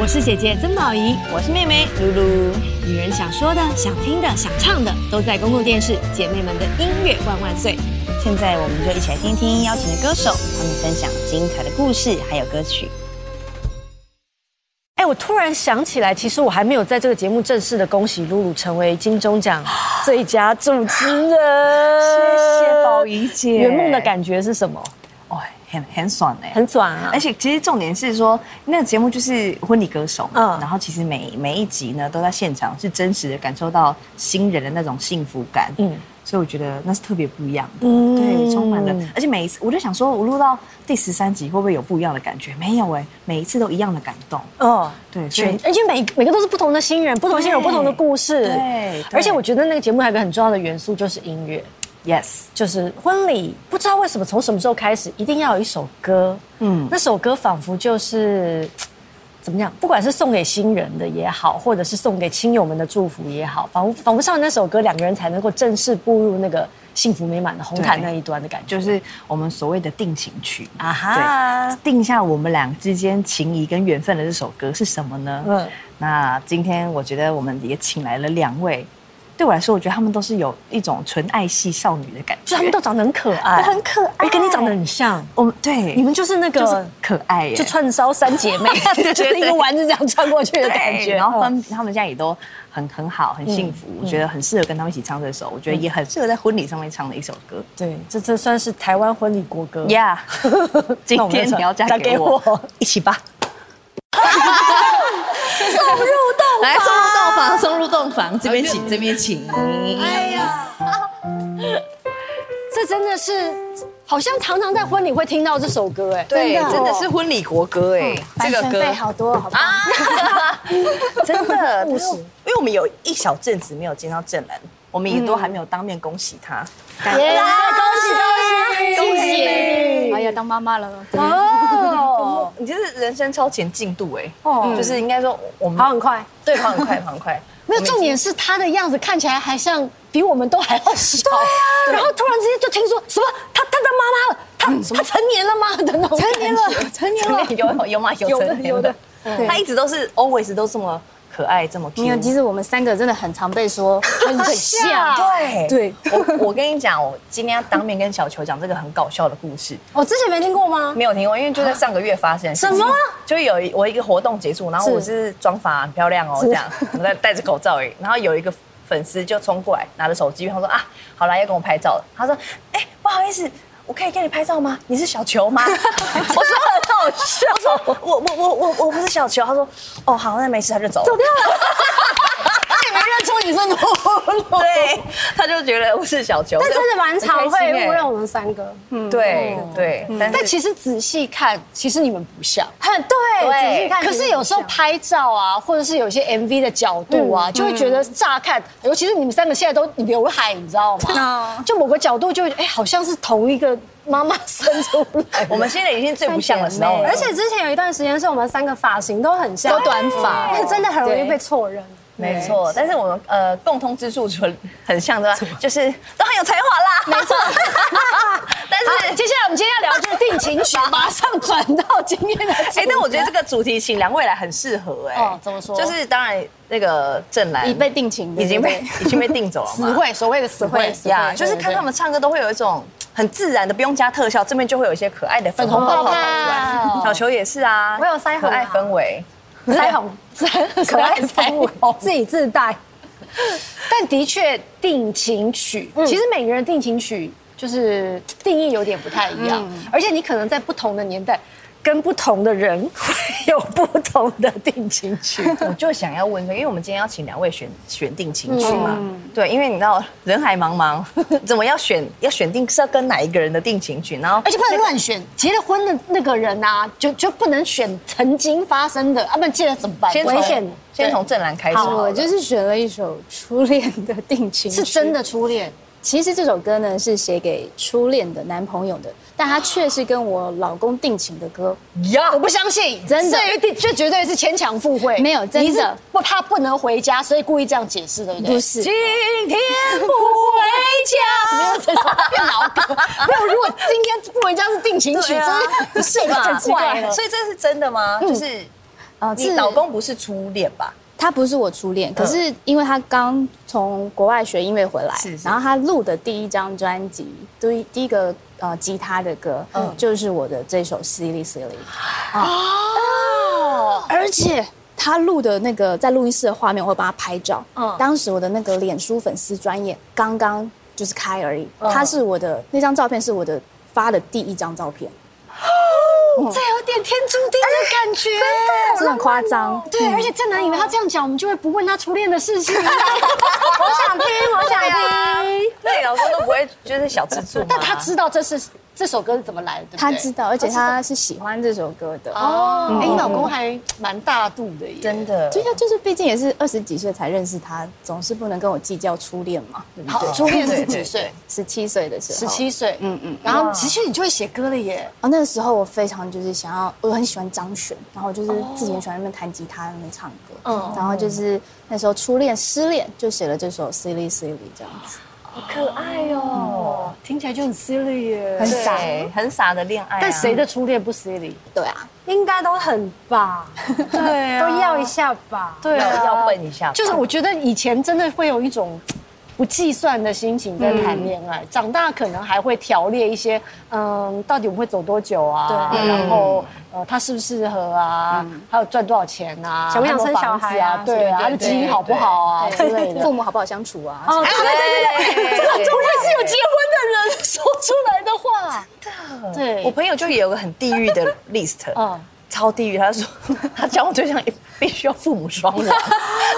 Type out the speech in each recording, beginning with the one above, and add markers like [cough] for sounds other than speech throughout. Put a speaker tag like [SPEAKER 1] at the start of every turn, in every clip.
[SPEAKER 1] 我是姐姐曾宝仪，
[SPEAKER 2] 我是妹妹露露。
[SPEAKER 1] 女人想说的、想听的、想唱的，都在公共电视。姐妹们的音乐万万岁！
[SPEAKER 2] 现在我们就一起来听听邀请的歌手，他们分享精彩的故事还有歌曲。
[SPEAKER 3] 哎，我突然想起来，其实我还没有在这个节目正式的恭喜露露成为金钟奖最佳主持人。
[SPEAKER 2] 谢谢宝仪姐，
[SPEAKER 3] 圆梦的感觉是什么？
[SPEAKER 2] 哦，很很爽哎，
[SPEAKER 3] 很爽啊！
[SPEAKER 2] 而且其实重点是说，那个节目就是婚礼歌手，
[SPEAKER 3] 嗯
[SPEAKER 2] 嗯，然后其实每每一集呢都在现场，是真实的感受到新人的那种幸福感，
[SPEAKER 3] 嗯
[SPEAKER 2] 嗯，所以我觉得那是特别不一样的，
[SPEAKER 3] 嗯
[SPEAKER 2] 对，充满了，而且每一次我就想说，我录到第十三集会不会有不一样的感觉？没有哎，每一次都一样的感动，
[SPEAKER 3] 哦，
[SPEAKER 2] 对，所
[SPEAKER 3] 全
[SPEAKER 2] 以，
[SPEAKER 3] 而且每每个都是不同的新人，不同的新人有不同的故事。
[SPEAKER 2] 对对
[SPEAKER 3] 而且我觉得那个节目还有一个很重要的元素就是音乐，
[SPEAKER 2] yes，
[SPEAKER 3] 就是婚礼，不知道为什么从什么时候开始，一定要有一首歌。嗯
[SPEAKER 2] 嗯，
[SPEAKER 3] 那首歌仿佛就是。怎么样？不管是送给新人的也好，或者是送给亲友们的祝福也好，仿佛仿佛上了那首歌，两个人才能够正式步入那个幸福美满的红毯
[SPEAKER 2] 对
[SPEAKER 3] 那一端的感觉。
[SPEAKER 2] 就是我们所谓的定情曲啊。
[SPEAKER 3] 啊哈，
[SPEAKER 2] 定下我们俩之间情谊跟缘分的这首歌是什么呢？
[SPEAKER 3] 嗯
[SPEAKER 2] 嗯，那今天我觉得我们也请来了两位，对我来说，我觉得他们都是有一种纯爱系少女的感觉，
[SPEAKER 3] 就他们都长得很可爱，
[SPEAKER 2] 都很可爱
[SPEAKER 3] 哎跟你长得很像。
[SPEAKER 2] 我们对
[SPEAKER 3] 你们就是那个
[SPEAKER 2] 就是可爱耶，
[SPEAKER 3] 嗯就串烧三姐
[SPEAKER 2] [laughs]
[SPEAKER 3] 妹， [laughs] 就是一个丸子这样穿过去的
[SPEAKER 2] 对
[SPEAKER 3] 感觉。哦
[SPEAKER 2] 然后他们他们现在也都很很好，很幸福，我觉得很适合跟他们一起唱这首，我觉得也很适合在婚礼上面唱的一首歌。
[SPEAKER 3] 对，这这算是台湾婚礼国歌。
[SPEAKER 2] Yeah，今
[SPEAKER 3] 那我们
[SPEAKER 2] 天
[SPEAKER 3] 就
[SPEAKER 2] 你要嫁给我，，一起吧。
[SPEAKER 4] 来送入洞房，送入洞房，这边请，这边请。
[SPEAKER 3] [laughs] 这真的是好像常常在婚礼会听到这首歌哎。
[SPEAKER 4] 对，真的是婚礼国歌哎，
[SPEAKER 2] 嗯
[SPEAKER 4] 这个歌
[SPEAKER 5] 好多，好吧？
[SPEAKER 2] 啊 [laughs] 真的，不是，因为我们有一小阵子没有见到正兰，我们也都还没有当面恭喜他。感
[SPEAKER 3] 耶恭喜恭喜恭喜！
[SPEAKER 5] 哎呀，当妈妈了，
[SPEAKER 3] 哦，
[SPEAKER 2] 你就是人生超前进度哎，就是应该说我们
[SPEAKER 3] 跑很快。
[SPEAKER 2] 对跑很快，跑很快。
[SPEAKER 3] 没有，重点是他的样子看起来还像比我们都还要小。对啊。然后突然之间就听说什么他他当妈妈了，他他成年了吗？的那种。成年了，成年
[SPEAKER 2] 有有有吗？有成年的，他一直都是 always 都这么可爱，这么 cute。
[SPEAKER 5] 没有，其实我们三个真的很常被说很
[SPEAKER 3] [laughs]
[SPEAKER 5] 像。
[SPEAKER 2] 对
[SPEAKER 5] 对，
[SPEAKER 2] 我我跟你讲，我今天要当面跟小球讲这个很搞笑的故事，
[SPEAKER 3] 我哦之前没听过吗？
[SPEAKER 2] 没有听过，因为就在上个月发生的事情。
[SPEAKER 3] 什么
[SPEAKER 2] 就有一我一个活动结束，然后我是妆发很漂亮哦，这样，我戴戴着口罩而已。然后有一个粉丝就冲过来，拿着手机，他说啊，好啦，要跟我拍照了。他说，哎、不好意思。我可以跟你拍照吗？你是小球吗？我 [laughs] 说很好笑。我说我我我我我不是小球。他说哦好，那没事，他就走了。走掉了。他也没认出你是露露。对，他就觉得我是小球。
[SPEAKER 5] 但真的蛮常会
[SPEAKER 2] 很开心欸
[SPEAKER 5] 误认我们三个。嗯，
[SPEAKER 2] 对对，但
[SPEAKER 3] 但
[SPEAKER 2] 是。
[SPEAKER 3] 其实仔细看，其实你们不像。
[SPEAKER 5] 很对，仔细看。
[SPEAKER 3] 可是有时候拍照啊，或者是有些 MV 的角度啊，就会觉得乍看，尤其是你们三个现在都刘海，你知道吗？就某个角度就会觉得哎，好像是同一个妈妈生出来
[SPEAKER 2] [laughs] 我们现在已经最不像的时候了。
[SPEAKER 5] 而且之前有一段时间是我们三个发型都很像，
[SPEAKER 3] 都短发
[SPEAKER 5] 但是真的很容易被错认。
[SPEAKER 2] 没错，但是我们呃共通之处除了很像之外，就是都很有才华啦。没错，但是
[SPEAKER 3] 接下来我们今天要聊的就是定情曲，马上转到今天的主题。
[SPEAKER 2] [laughs] 哎，但我觉得这个主题请两位来很适合哎。
[SPEAKER 3] 哦怎么说
[SPEAKER 2] 就是当然那个郑兰
[SPEAKER 5] 已被定情，
[SPEAKER 2] 已经被已经被定走了
[SPEAKER 3] [laughs]
[SPEAKER 2] 嘛。
[SPEAKER 3] 词汇，所谓的词汇
[SPEAKER 2] 呀，就是看他们唱歌都会有一种很自然的，不用加特效，这边就会有一些可爱的粉红泡泡跑出来。小球也是啊，
[SPEAKER 5] 我有腮红啊
[SPEAKER 2] 可爱氛围。
[SPEAKER 5] 腮
[SPEAKER 3] [laughs]
[SPEAKER 5] 红，
[SPEAKER 3] 可爱才
[SPEAKER 5] 腮红，自己自带。
[SPEAKER 3] 但的确，定情曲、其实每个人定情曲就是定义有点不太一样，而且你可能在不同的年代。跟不同的人会有不同的定情曲，
[SPEAKER 2] 我就想要问一个，因为我们今天要请两位选选定情曲嘛，对，因为你知道人海茫茫， [laughs] 怎么要选要选定是要跟哪一个人的定情曲，然后
[SPEAKER 3] [laughs] 而且不能乱选。结了婚的那个人啊，就就不能选曾经发生的，啊，不然记得怎么办？
[SPEAKER 2] 先从
[SPEAKER 3] 危险，
[SPEAKER 2] 先从正蓝开始好
[SPEAKER 5] 好，
[SPEAKER 2] 了，
[SPEAKER 5] 我就是选了一首初恋的定情
[SPEAKER 3] 是
[SPEAKER 5] 曲，
[SPEAKER 3] 真的初恋。
[SPEAKER 5] 其实这首歌呢是写给初恋的男朋友的，但它却是跟我老公定情的歌。
[SPEAKER 2] 呀
[SPEAKER 3] 我不相信，
[SPEAKER 5] 真的
[SPEAKER 3] 这一定这绝对是牵强附会。
[SPEAKER 5] 没有真的
[SPEAKER 3] 你是不怕不能回家，所以故意这样解释，对不对？
[SPEAKER 5] 不是
[SPEAKER 3] 今天不回家，怎么又这种变老歌？没有，如果今天不回家是定情曲，
[SPEAKER 2] 对啊
[SPEAKER 3] 真是
[SPEAKER 2] [laughs] 是吧
[SPEAKER 3] 很怪了。
[SPEAKER 2] 所以这是真的吗？就是
[SPEAKER 5] 呃
[SPEAKER 2] 你
[SPEAKER 5] 是
[SPEAKER 2] 老公不是初恋吧？
[SPEAKER 5] 他不是我初恋，可是因为他刚从国外学音乐回来，
[SPEAKER 2] 是是
[SPEAKER 5] 然后他录的第一张专辑，第一第一个呃吉他的歌，就是我的这首《Silly Silly》啊，而且。他录的那个在录音室的画面，我会帮他拍照。嗯，当时我的那个脸书粉丝专业刚刚就是开而已。他是我的那张照片是我的发的第一张照片，
[SPEAKER 3] 这有点天注定的感觉，
[SPEAKER 5] 真的很夸张。
[SPEAKER 3] 对，而且正南以为他这样讲，我们就会不问他初恋的事情。我想听， [laughs] 我想听。
[SPEAKER 2] 那你老公都不会觉得小吃醋吗？
[SPEAKER 3] 但他知道这是这首歌是怎么来的，对不对
[SPEAKER 5] 他知。道，而且他是喜欢这首歌的。
[SPEAKER 3] 哦，哎，你老公还蛮大度的耶，
[SPEAKER 2] 真的，
[SPEAKER 5] 对呀，就是毕竟也是二十几岁才认识他，总是不能跟我计较初恋嘛。
[SPEAKER 3] 好，初恋是几岁？
[SPEAKER 5] 十七岁的时候，
[SPEAKER 3] 十七岁，嗯嗯，然后十七岁你就会写歌了耶，
[SPEAKER 5] 哦，那个时候我非常就是想要，我很喜欢张悬，然后就是
[SPEAKER 3] 哦
[SPEAKER 5] 自己很喜欢那边弹吉他，那边唱歌，嗯，然后就是那时候初恋失恋就写了这首《Silly Silly》这样子，
[SPEAKER 2] 可爱哦，
[SPEAKER 3] 听起来就很 silly 耶，
[SPEAKER 2] 很傻，很傻的恋爱啊。
[SPEAKER 3] 但谁的初恋不 silly？
[SPEAKER 5] 对啊，
[SPEAKER 6] [laughs] 应该都很吧，
[SPEAKER 3] 对啊
[SPEAKER 6] 都要一下吧。
[SPEAKER 3] 对
[SPEAKER 2] 要
[SPEAKER 3] 啊，
[SPEAKER 2] 要问一下吧？
[SPEAKER 3] 就是我觉得以前真的会有一种不计算的心情在谈恋爱，长大可能还会条列一些，嗯，到底我们会走多久啊？然后呃，他适不适合啊？还有赚多少钱啊？
[SPEAKER 6] 想不想生小
[SPEAKER 3] 有没
[SPEAKER 6] 孩啊
[SPEAKER 3] 有房子对啊，
[SPEAKER 2] 对对
[SPEAKER 3] 他的基因好不好啊之类的
[SPEAKER 5] 父。母好不好相处啊？
[SPEAKER 3] 哦，
[SPEAKER 2] 对对对，这种
[SPEAKER 3] 不会是有结婚的人说出来的话，对
[SPEAKER 2] 我朋友就有个很地狱 [laughs] 的 list，
[SPEAKER 3] 嗯
[SPEAKER 2] 超地狱。他说他交往对象必须要父母双 [laughs] 亡，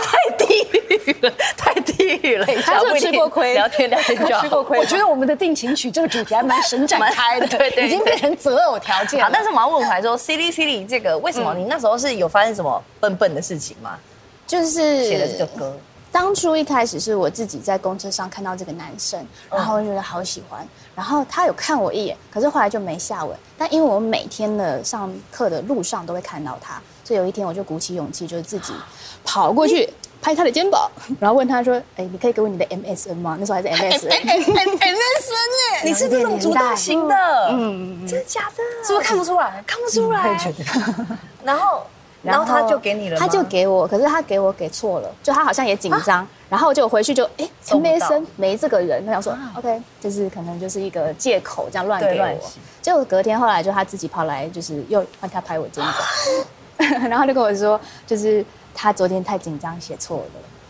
[SPEAKER 2] 太地狱了，太地狱了。
[SPEAKER 5] 他是有
[SPEAKER 2] 不一定
[SPEAKER 5] 吃过亏
[SPEAKER 2] 聊天聊天就好。吃过亏
[SPEAKER 3] 我觉得我们的定情曲这个主题还蛮神展开的，
[SPEAKER 2] 蛮对对对
[SPEAKER 3] 已经变成择偶条件
[SPEAKER 2] 好
[SPEAKER 3] 了，。
[SPEAKER 2] 但是我要问回来说，C D C D 这个为什么你那时候是有发生什么笨笨的事情吗？
[SPEAKER 5] 就是
[SPEAKER 2] 写的这个歌，
[SPEAKER 5] 当初一开始是我自己在公车上看到这个男生，然后我就觉得好喜欢，然后他有看我一眼，可是后来就没下文。但因为我每天的上课的路上都会看到他，所以有一天我就鼓起勇气，就是自己跑过去拍他的肩膀，然后问他说：“哎、你可以给我你的 MSN 吗？”那时候还是 MSN，
[SPEAKER 2] 哎你是这种主动型的，嗯，真的假的？
[SPEAKER 6] 是不是看不出
[SPEAKER 3] 嗯
[SPEAKER 6] 来？
[SPEAKER 2] 看不出来？然后，然后他就给你了吗，
[SPEAKER 5] 他就给我，可是他给我给错了，就他好像也紧张，然后我就回去就哎
[SPEAKER 2] 搜啊不到啊
[SPEAKER 5] MSN 没这个人，他想说、OK，就是可能就是一个借口这样乱
[SPEAKER 2] 对
[SPEAKER 5] 给我
[SPEAKER 2] 乱写，
[SPEAKER 5] 结果隔天后来就他自己跑来就是又换他拍我肩膀，
[SPEAKER 2] [laughs]
[SPEAKER 5] 然后他就跟我说就是他昨天太紧张写错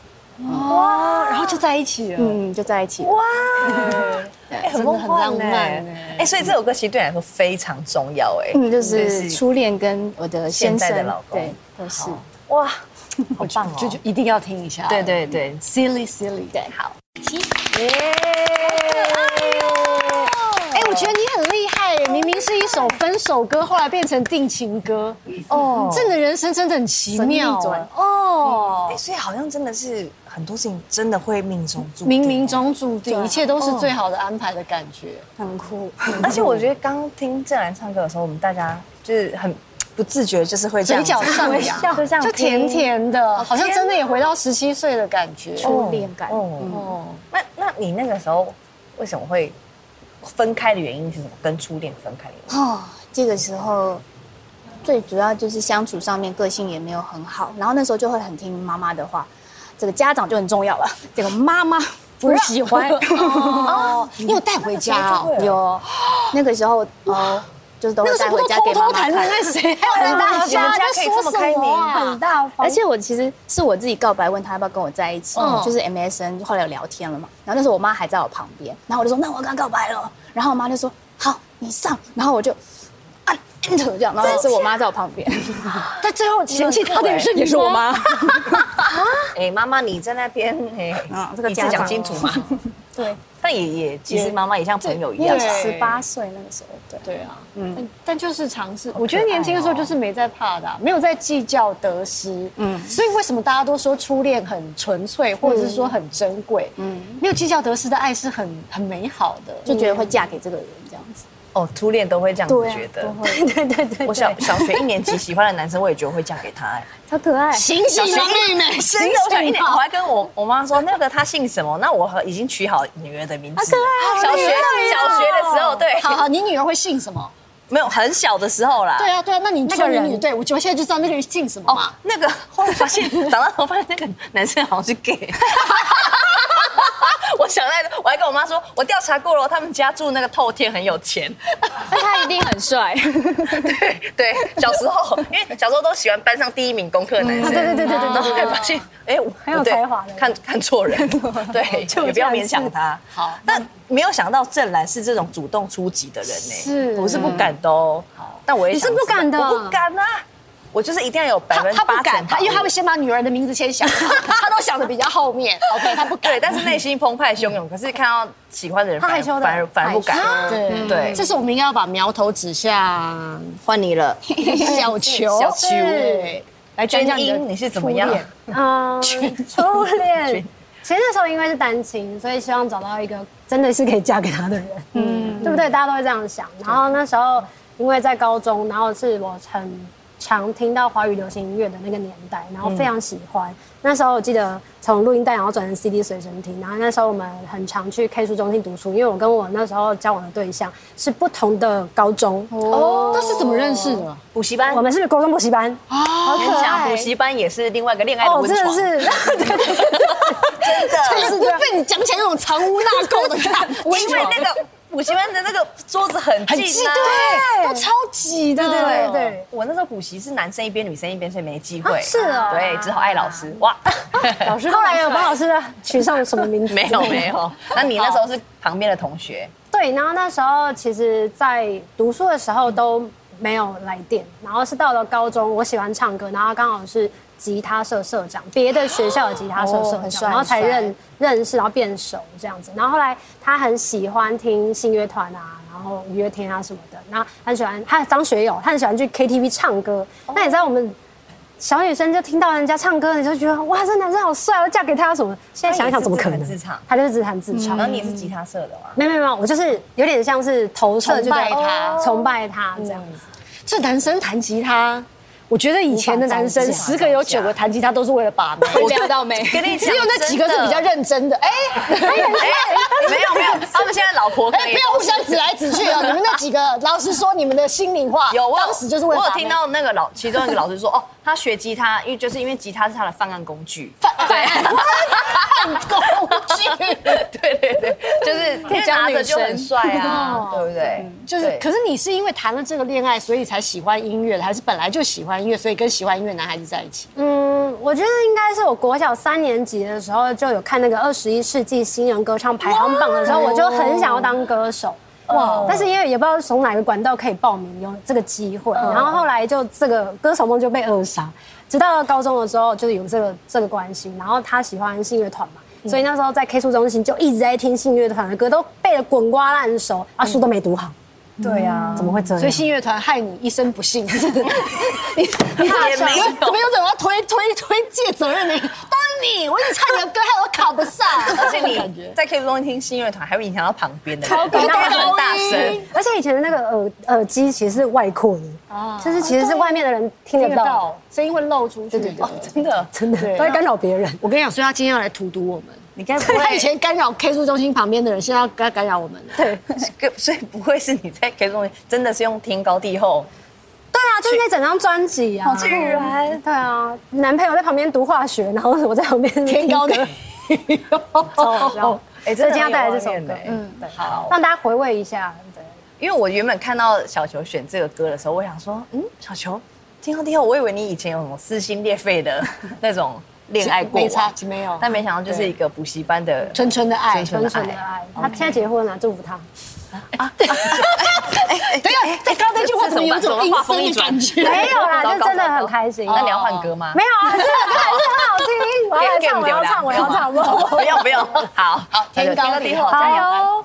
[SPEAKER 5] 了，
[SPEAKER 3] 哇，然后就在一起了。
[SPEAKER 5] 嗯，就在一起了。
[SPEAKER 2] [laughs] 哎很梦幻呢。哎，所以这首歌其实对你来说非常重要，哎，
[SPEAKER 5] 嗯，就
[SPEAKER 2] 就是
[SPEAKER 5] 是初恋跟我的先
[SPEAKER 2] 现在的
[SPEAKER 5] 生
[SPEAKER 2] 老，公
[SPEAKER 5] 对，都是
[SPEAKER 2] 哇，好棒哦！
[SPEAKER 3] 就就一定要听一下。
[SPEAKER 2] 对对对，
[SPEAKER 3] ，silly silly。
[SPEAKER 5] 对，好，
[SPEAKER 2] 耶！
[SPEAKER 3] 哎，我觉得你很厉害耶，明明是一首分手歌，后来变成定情歌，哦，这你的人生真的很奇妙
[SPEAKER 5] 神秘
[SPEAKER 3] 哎
[SPEAKER 5] 转
[SPEAKER 3] 哦
[SPEAKER 2] 哎，。所以好像真的是很多事情真的会命中注定，
[SPEAKER 3] 冥冥。中注定，一切都是最好的安排的感觉。
[SPEAKER 5] 很酷。
[SPEAKER 2] 而且我觉得刚听郑然唱歌的时候，我们大家就是很不自觉，就是会这
[SPEAKER 3] 嘴
[SPEAKER 2] 样子哦
[SPEAKER 3] 角上扬，
[SPEAKER 2] 就这样
[SPEAKER 3] 就哦甜甜的，好像真的也回到十七岁的感觉。
[SPEAKER 5] 初恋感
[SPEAKER 2] 哦，
[SPEAKER 3] 哦，
[SPEAKER 2] 那那你那个时候为什么会分开的原因是什么？跟初恋分开的原因？
[SPEAKER 5] 哦，这个时候最主要就是相处上面个性也没有很好，然后那时候就会很听妈妈的话，这个家长就很重要了。这个妈妈不喜欢，
[SPEAKER 3] 哦，你有带回家哦？
[SPEAKER 5] 有那个时候哦，就是都
[SPEAKER 3] 那
[SPEAKER 5] 会
[SPEAKER 3] 个时
[SPEAKER 5] 带
[SPEAKER 3] 候
[SPEAKER 5] 回
[SPEAKER 3] 不都
[SPEAKER 5] 家给
[SPEAKER 3] 偷
[SPEAKER 5] 妈
[SPEAKER 3] 偷
[SPEAKER 5] 妈
[SPEAKER 3] 谈恋
[SPEAKER 5] 看。
[SPEAKER 3] 爱，谁还有人
[SPEAKER 2] 大家
[SPEAKER 3] 家
[SPEAKER 2] 你们家可以这么开明
[SPEAKER 3] 很大
[SPEAKER 5] 而且我其实是我自己告白，问他要不要跟我在一起，
[SPEAKER 3] 嗯
[SPEAKER 5] 就是 MSN 后来有聊天了嘛。然后那时候我妈还在我旁边，然后我就说那我要跟他告白
[SPEAKER 3] [laughs]
[SPEAKER 5] 了，然后我妈就说好，你上，然后我就
[SPEAKER 3] [laughs]
[SPEAKER 5] 按 enter 这样，然后是我妈在我旁边，
[SPEAKER 3] 但最后嫌弃他的人是你
[SPEAKER 5] 是我妈。
[SPEAKER 2] 哎，妈妈你在那边哎
[SPEAKER 5] 啊，这个
[SPEAKER 2] 你自
[SPEAKER 5] 家
[SPEAKER 2] 己
[SPEAKER 5] 长
[SPEAKER 2] 讲
[SPEAKER 5] 哦
[SPEAKER 2] 清楚嘛。 [laughs]
[SPEAKER 5] 对，
[SPEAKER 2] 但也也其实妈妈也像朋友一
[SPEAKER 3] 对
[SPEAKER 2] 样啊，
[SPEAKER 5] 十八岁那个时候，对，
[SPEAKER 3] 对啊，嗯，但就是尝试。我觉得年轻的时候就是没在怕的啊、没有在计较得失。嗯，所以为什么大家都说初恋很纯粹，或者是说很珍贵？嗯，没有计较得失的爱是很很美好的。
[SPEAKER 5] 就觉得会嫁给这个人这样子。
[SPEAKER 2] 哦，初恋都会这样子觉
[SPEAKER 5] 啊都
[SPEAKER 3] 啊
[SPEAKER 2] 得。
[SPEAKER 5] 会， [laughs] 对对对，
[SPEAKER 2] 我小小学一年级喜欢的男生，我也觉得会嫁给他、
[SPEAKER 5] [laughs]
[SPEAKER 2] 哎，
[SPEAKER 5] 超可爱。
[SPEAKER 3] 醒醒吧，妹妹，醒
[SPEAKER 2] 真的，我小一
[SPEAKER 3] 醒
[SPEAKER 2] 年，我还跟我我妈说，那个他姓什么？那我已
[SPEAKER 5] 啊哦
[SPEAKER 2] 经取好女儿的名字。小学小学的时候，对，
[SPEAKER 3] 好好，你女儿会姓什么？
[SPEAKER 2] 没有很小的时候啦。
[SPEAKER 3] 对啊，对啊，那你
[SPEAKER 6] 那
[SPEAKER 3] 作
[SPEAKER 6] 个
[SPEAKER 3] 为
[SPEAKER 6] 人
[SPEAKER 3] 女对，我就现在就知道那个人姓什么
[SPEAKER 2] 哦
[SPEAKER 3] 嘛。，
[SPEAKER 2] 那个后来发
[SPEAKER 6] [laughs]
[SPEAKER 2] 现，长大后发现那个男生好像是 gay。我想来，我还跟我妈说，我调查过了，他们家住那个透天很有钱。
[SPEAKER 5] 那哎他一定很帅，
[SPEAKER 2] 对对，小时候因为小时候都喜欢班上第一名功课的男生，
[SPEAKER 6] 嗯对对对对对
[SPEAKER 2] 然后还发现，哎，我
[SPEAKER 6] 很有
[SPEAKER 2] 不对
[SPEAKER 6] 才华的
[SPEAKER 2] 看看错人，对，也不要勉强他。好，但没有想到郑兰是这种主动出击的人呢，
[SPEAKER 3] 是
[SPEAKER 2] 我是不敢的哦。但我也
[SPEAKER 6] 你是
[SPEAKER 2] 想知
[SPEAKER 6] 不敢的
[SPEAKER 2] 我不敢啊，我就是一定要有百
[SPEAKER 3] 他
[SPEAKER 2] 分之
[SPEAKER 3] 他
[SPEAKER 2] 八
[SPEAKER 3] 不敢，他因为他会先把女儿的名字先想， [laughs] 他都想的比较后面。OK，他不敢。
[SPEAKER 2] 对，但是内心澎湃汹涌，可是看到喜欢的人，[laughs]
[SPEAKER 6] 他
[SPEAKER 2] 反而
[SPEAKER 6] 害羞的
[SPEAKER 2] 反而反而不敢。嗯
[SPEAKER 3] 对
[SPEAKER 2] 对
[SPEAKER 3] 这是我们应该要把苗头指向换你了， [laughs] 小球，
[SPEAKER 2] 小球
[SPEAKER 3] 对来讲
[SPEAKER 2] 娟
[SPEAKER 3] 讲你的
[SPEAKER 2] 英，你是怎么样？
[SPEAKER 6] 嗯，初恋。其实那时候因为是单亲，所以希望找到一个真的是可以嫁给他的人，嗯，对不对？大家都会这样想。然后那时候因为在高中，然后是我很常听到华语流行音乐的那个年代，然后非常喜欢。那时候我记得从录音带然后转成 CD 随身听，然后那时候我们很常去 K 书中心读书，因为我跟我那时候交往的对象是不同的高中，
[SPEAKER 3] [laughs] 哦，那是怎么认识的？
[SPEAKER 2] 补习班
[SPEAKER 6] 我，们是高中补习班，
[SPEAKER 2] 我跟你讲，补习班也是另外一个恋爱的
[SPEAKER 6] 哦，
[SPEAKER 2] 温
[SPEAKER 6] 真的
[SPEAKER 2] 床，
[SPEAKER 6] 是， [laughs] 对对对 [laughs]
[SPEAKER 2] 真的，
[SPEAKER 3] 是被你讲起来那种藏污纳垢的感觉，
[SPEAKER 2] 因为那个补习班的那个桌子很
[SPEAKER 3] 很
[SPEAKER 2] 近
[SPEAKER 3] 挤，
[SPEAKER 2] 啊。
[SPEAKER 3] 对，都超挤的，
[SPEAKER 6] 对对对，
[SPEAKER 2] 我那时候补习是男生一边，女生一边，所以没机会。
[SPEAKER 6] 啊是哦啊
[SPEAKER 2] 对，只好爱老师。
[SPEAKER 6] [laughs]
[SPEAKER 2] 哇，
[SPEAKER 6] 老师后来有把老师的取上什么名字？
[SPEAKER 2] 没有没
[SPEAKER 6] 哦
[SPEAKER 2] 有。那你那时候是旁边的同学，
[SPEAKER 6] 对，然后那时候其实，在读书的时候
[SPEAKER 2] 嗯
[SPEAKER 6] 都没有来电，然后是到了高中，我喜欢唱歌，然后刚好是吉他社社长，别的学校的吉他社社
[SPEAKER 5] 哦
[SPEAKER 6] 长，
[SPEAKER 5] 很帅
[SPEAKER 6] 然后才
[SPEAKER 5] 很帅
[SPEAKER 6] 认认识，然后变熟这样子。然后后来他很喜欢听信乐团啊，然后五月天啊什么的，然后他很喜欢他张学友，他很喜欢去 KTV 唱歌。
[SPEAKER 2] 哦
[SPEAKER 6] 那你知道我们？小女生就听到人家唱歌，你就觉得哇，这男生好帅，我嫁给他什么？现在想一想，怎么可
[SPEAKER 2] 他也
[SPEAKER 6] 能？
[SPEAKER 2] 是自弹自唱
[SPEAKER 6] 他就是自弹自唱。
[SPEAKER 2] 然后你也是吉他社的嘛？
[SPEAKER 6] 没有没有没有，我就是有点像是投射，
[SPEAKER 3] 崇拜
[SPEAKER 6] 就觉得
[SPEAKER 3] 他嗯
[SPEAKER 6] 哦崇拜他这样子。
[SPEAKER 3] 这男生弹吉他，我觉得以前的男生
[SPEAKER 2] 无法招架
[SPEAKER 3] 十个有九个弹吉他都是为了把
[SPEAKER 2] [laughs]
[SPEAKER 3] 妹，
[SPEAKER 5] 撩到没？
[SPEAKER 2] 跟你讲，
[SPEAKER 3] 只有那几个是比较认真的。哎，
[SPEAKER 2] 哎没有没有，他们现在老婆可
[SPEAKER 3] 哎，
[SPEAKER 2] 以
[SPEAKER 3] 不要互相指来指去
[SPEAKER 2] [laughs]
[SPEAKER 3] 哦！你们那几个，老实说，你们的心里话，
[SPEAKER 2] 有，我有
[SPEAKER 3] 当时就是为了欸
[SPEAKER 2] 我有
[SPEAKER 3] 把妹
[SPEAKER 2] 听到那个老其中一个老师说，哦， [laughs] 他学吉他，因为就是因为吉他是他的犯案工具。
[SPEAKER 3] 犯犯案工具，
[SPEAKER 2] [laughs] 对对对，就是因为拿着就很帅啊，对不对？
[SPEAKER 3] 就是。可是你是因为谈了这个恋爱，所以才喜欢音乐的，还是本来就喜欢音乐，所以跟喜欢音乐男孩子在一起？
[SPEAKER 6] 嗯，我觉得应该是我国小三年级的时候就有看那个二十一世纪新人歌唱排行榜的时候，我就很想要当歌手。哇！但是因为也不知道从哪个管道可以报名有这个机会，
[SPEAKER 3] 嗯
[SPEAKER 6] 然后后来就这个歌手梦就被扼杀。直到高中的时候，就是有这个这个关系，然后他喜欢信乐团嘛，
[SPEAKER 3] 嗯
[SPEAKER 6] 所以那时候在 K 书中心就一直在听信乐团的歌，都背得滚瓜烂熟，啊，书都没读好，
[SPEAKER 2] 对啊，
[SPEAKER 6] 怎么会这样？
[SPEAKER 3] 所以信乐团害你一生不幸， [laughs] 是不是你你怎么
[SPEAKER 2] 也没有
[SPEAKER 3] 怎么有种要推推推卸责任呢？都是你，我一直唱你的歌，害我考不上，
[SPEAKER 2] 而且你在 K 中心听新乐团，还会影响到旁边的人，
[SPEAKER 6] 超
[SPEAKER 2] 因
[SPEAKER 6] 尴
[SPEAKER 2] 为
[SPEAKER 6] 尬
[SPEAKER 2] 他们很大声。
[SPEAKER 6] 而且以前的那个耳耳机其实是外扩的，就是其实是外面的人听得到，，
[SPEAKER 3] 声音会漏出去。啊对对对，
[SPEAKER 2] [laughs] 真的，
[SPEAKER 6] 真的都会干扰别人。
[SPEAKER 3] 我跟你讲，所以他今天要来荼毒我们。
[SPEAKER 2] 你该不
[SPEAKER 3] [laughs] 他以
[SPEAKER 2] 会，
[SPEAKER 3] 前干扰 K 书中心旁边的人，现在要干干扰我们了。
[SPEAKER 6] 对
[SPEAKER 2] [laughs] 所以不会是你在 K 中心真的是用天高地厚，
[SPEAKER 6] 对啊，就是那整张专辑啊，
[SPEAKER 2] 居然
[SPEAKER 6] 对啊，男朋友在旁边读化学，然后我在旁边
[SPEAKER 3] 天
[SPEAKER 6] 听
[SPEAKER 3] 高地
[SPEAKER 6] 歌，超好笑。
[SPEAKER 2] 哎，
[SPEAKER 6] 所
[SPEAKER 2] 真的
[SPEAKER 6] 以今天要
[SPEAKER 2] 很有
[SPEAKER 6] 带来这首
[SPEAKER 2] 画面
[SPEAKER 6] 歌
[SPEAKER 2] 呢，嗯，好。
[SPEAKER 6] 让大家回味一下。对
[SPEAKER 2] 因为我原本看到小球选这个歌的时候，我想说，嗯，小球，听到听后，我以为你以前有什么撕心裂肺的那种恋爱过
[SPEAKER 3] 没差
[SPEAKER 2] 往，，
[SPEAKER 3] 没有，
[SPEAKER 2] 但没想到就是一个补习班的
[SPEAKER 3] 纯纯的爱。
[SPEAKER 2] 纯
[SPEAKER 6] 纯纯的爱，啊他现在结婚了，祝福他。
[SPEAKER 3] 等一下，在刚刚那句话怎么有种阴森的感觉？
[SPEAKER 6] 没有啦，
[SPEAKER 2] 糟
[SPEAKER 6] 就
[SPEAKER 2] 糕
[SPEAKER 6] 真的
[SPEAKER 2] 糟
[SPEAKER 6] 很
[SPEAKER 2] 糕
[SPEAKER 6] 开心。
[SPEAKER 2] 那你要换歌吗？
[SPEAKER 6] 没有啊，这个歌还是很好听。我要来唱，我要唱，我要唱，我 [laughs] 要唱
[SPEAKER 2] 不用不用，好好，
[SPEAKER 3] 天高地厚
[SPEAKER 2] 加油！
[SPEAKER 6] 好哦哟。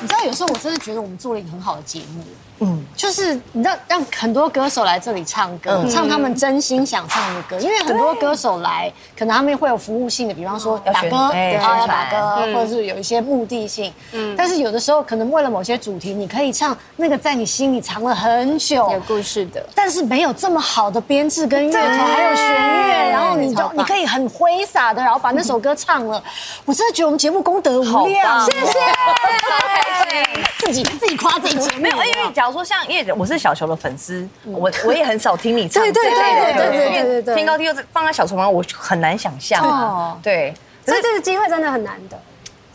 [SPEAKER 3] 你知道，有时候我真的觉得我们做了一个很好的节目。嗯，就是你知道，让很多歌手来这里唱歌，
[SPEAKER 2] 嗯
[SPEAKER 3] 唱他们真心想唱的歌。因为很多歌手来，可能他们会有服务性的，比方说
[SPEAKER 2] 要
[SPEAKER 3] 打
[SPEAKER 2] 宣
[SPEAKER 3] 歌，
[SPEAKER 2] 哎
[SPEAKER 3] 然后要
[SPEAKER 2] 宣
[SPEAKER 3] 打
[SPEAKER 2] 传
[SPEAKER 3] 歌，
[SPEAKER 5] 嗯
[SPEAKER 3] 或者是有一些目的性。嗯，但是有的时候可能为了某些主题，你可以唱那个在你心里藏了很久，
[SPEAKER 5] 有故事的，
[SPEAKER 3] 但是没有这么好的编制跟乐头，还有弦乐，然后你就你可以很挥洒的，然后把那首歌唱了。我真的觉得我们节目功德无量，
[SPEAKER 2] 好棒
[SPEAKER 3] 谢谢。
[SPEAKER 2] 超开
[SPEAKER 5] 自己自己夸自己节目
[SPEAKER 2] 没有，因为假如说像，因为我是小球的粉丝，我我也很少听你唱
[SPEAKER 3] 对
[SPEAKER 2] 这
[SPEAKER 3] 对
[SPEAKER 2] 类的
[SPEAKER 3] 对
[SPEAKER 2] 歌，
[SPEAKER 3] 对对对
[SPEAKER 2] 因为
[SPEAKER 6] 对对
[SPEAKER 2] 天高地厚放在小球旁，我很难想象啊。对，
[SPEAKER 6] 所以这个机会真的很难得。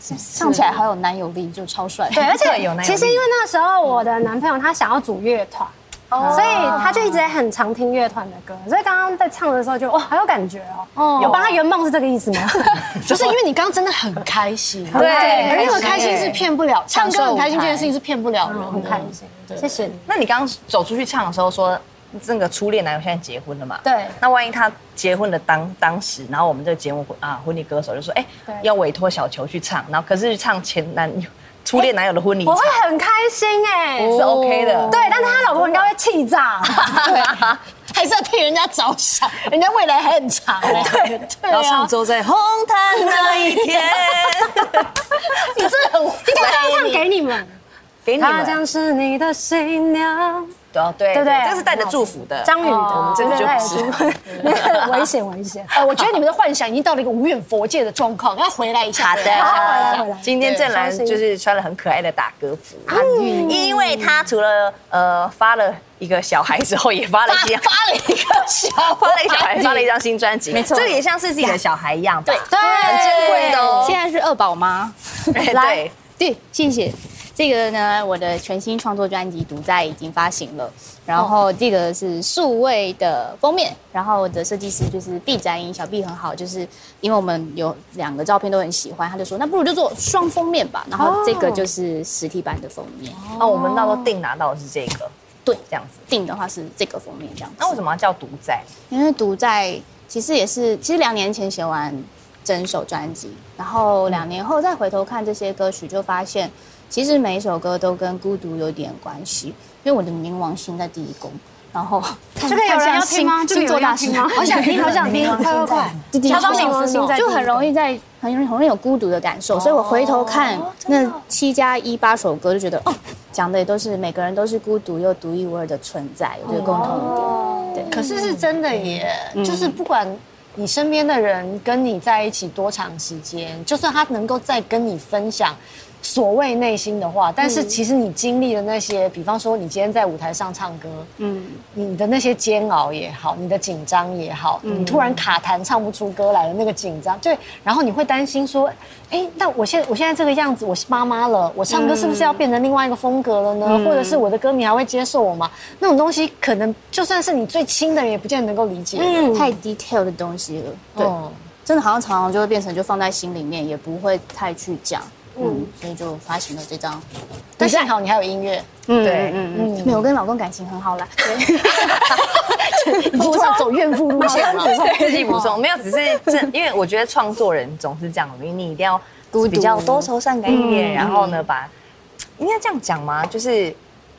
[SPEAKER 5] [laughs] 唱起来好有男友力，就
[SPEAKER 3] [laughs]
[SPEAKER 5] 超帅。
[SPEAKER 6] 对，而
[SPEAKER 2] 对有那
[SPEAKER 6] 且
[SPEAKER 2] 个
[SPEAKER 6] 其实因为那时候我的男朋友他想要组乐团，所以他就一直在很常听乐团的歌，所以刚刚在唱的时候就哇好有感觉哦。有帮他圆梦是这个意思 [laughs] 吗？
[SPEAKER 3] 就是因为你刚刚真的很开
[SPEAKER 5] [laughs]
[SPEAKER 3] 心，
[SPEAKER 2] 对
[SPEAKER 6] [laughs]
[SPEAKER 3] 而那个开心是骗不了，唱歌很开心这件事情是骗不了人，
[SPEAKER 6] 很开心，谢谢你。
[SPEAKER 2] 那你刚刚走出去唱的时候说，那个初恋男友现在结婚了嘛？
[SPEAKER 6] 对
[SPEAKER 2] 那万一他结婚的当当时，然后我们这个节目啊，婚礼歌手就说，哎、
[SPEAKER 6] 对
[SPEAKER 2] 要委托小球去唱，然后可是去唱前男友初恋男友的婚礼
[SPEAKER 6] 我
[SPEAKER 2] 场，
[SPEAKER 6] 会很开心哎，
[SPEAKER 2] 是 OK
[SPEAKER 3] 哦
[SPEAKER 2] 的。
[SPEAKER 6] 对，但是她老公应该会气炸。
[SPEAKER 3] 还是要替人家着想，人家未来还很
[SPEAKER 2] [laughs]
[SPEAKER 3] 长嘞。对对
[SPEAKER 2] 然后唱
[SPEAKER 3] 啊，
[SPEAKER 2] 周在红毯那一
[SPEAKER 3] [laughs]
[SPEAKER 2] 天，
[SPEAKER 3] 你真的很
[SPEAKER 6] 应该要唱给你们，
[SPEAKER 2] 给你
[SPEAKER 6] 她
[SPEAKER 2] 们。
[SPEAKER 6] 将是你的新娘，
[SPEAKER 2] 对啊对
[SPEAKER 6] 对不对
[SPEAKER 2] 这是带着祝福的。
[SPEAKER 6] 张宇的，我们
[SPEAKER 2] 真的就是
[SPEAKER 6] 危 [laughs] 险危险。
[SPEAKER 3] 哎，我觉得你们的幻想已经到了一个无远佛界的状况，要回来一下。
[SPEAKER 2] 好的，
[SPEAKER 6] 来回来
[SPEAKER 2] 今天郑兰就是穿了很可爱的打歌服，因为她除了呃发了一个小孩之后，也发了
[SPEAKER 3] 发
[SPEAKER 2] 一张
[SPEAKER 3] 发了一个小，
[SPEAKER 2] 发了一个小孩，发了一张新专辑，没错，这个也像是自己的小孩一样吧，对，很珍贵的哦。
[SPEAKER 5] 现在是二宝妈。
[SPEAKER 2] [laughs] 对，
[SPEAKER 5] 对，谢谢。这个呢，我的全新创作专辑《独在》已经发行了，然后这个是数位的封面，然后我的设计师就是毕展英，小毕很好，就是因为我们有两个照片都很喜欢，他就说那不如就做双封面吧，然后这个就是实体版的封面，
[SPEAKER 2] 那哦我们那时候定拿到的是这个，
[SPEAKER 5] 对，
[SPEAKER 2] 这样子。
[SPEAKER 5] 定的话是这个封面这样子。
[SPEAKER 2] 那为什么要叫独在？
[SPEAKER 5] 因为独在其实也是，其实两年前写完整首专辑，然后两年后再回头看这些歌曲，就发现其实每一首歌都跟孤独有点关系。因为我的冥王星在第一宫，
[SPEAKER 6] [laughs]
[SPEAKER 5] 然后这
[SPEAKER 6] 这个有人要听吗？这个
[SPEAKER 5] 星
[SPEAKER 6] 有
[SPEAKER 5] 座
[SPEAKER 6] 人要
[SPEAKER 5] 大师 [laughs]
[SPEAKER 6] 听吗？好想听，好想听，快快快！
[SPEAKER 5] 敲
[SPEAKER 6] 敲冥王星在
[SPEAKER 5] 就很容易在很容易很容易有孤独的感
[SPEAKER 6] 哦
[SPEAKER 5] 受，所以我回头看那七加一八首歌，就觉得哦，讲的也都是每个人都是孤独又独一无二的存在，有这个共同点。
[SPEAKER 6] 哦
[SPEAKER 2] 嗯
[SPEAKER 3] 可是是真的耶，就是不管你身边的人跟你在一起多长时间，就算他能够再跟你分享。所谓内心的话，但
[SPEAKER 2] 嗯
[SPEAKER 3] 是其实你经历的那些，比方说你今天在舞台上唱歌，嗯，你的那些煎熬也好，你的紧张也好，你突然卡痰唱不出歌来的那个紧张，对，然后你会担心说，哎，那我现我现在这个样子，我是妈妈了，我唱歌是不是要变成另外一个风格了呢？或者是我的歌迷还会接受我吗？那种东西可能就算是你最亲的人，也不见得能够理解。嗯，
[SPEAKER 5] 太 detail 的东西了。对，
[SPEAKER 3] 哦
[SPEAKER 5] 真的好像常常就会变成就放在心里面，也不会太去讲。嗯，所以就发行了这张。
[SPEAKER 3] 但幸好你还有音乐，
[SPEAKER 2] 对，
[SPEAKER 5] 嗯，没有，我跟老公感情很好啦。对， [laughs]
[SPEAKER 3] 你就突然走怨妇路线了。
[SPEAKER 2] [laughs] 自己补充没有，只是这，因为我觉得创作人总是这样，你你一定要
[SPEAKER 5] 独嗯
[SPEAKER 2] 比较多愁善感一点，然后呢，把应该这样讲吗？就是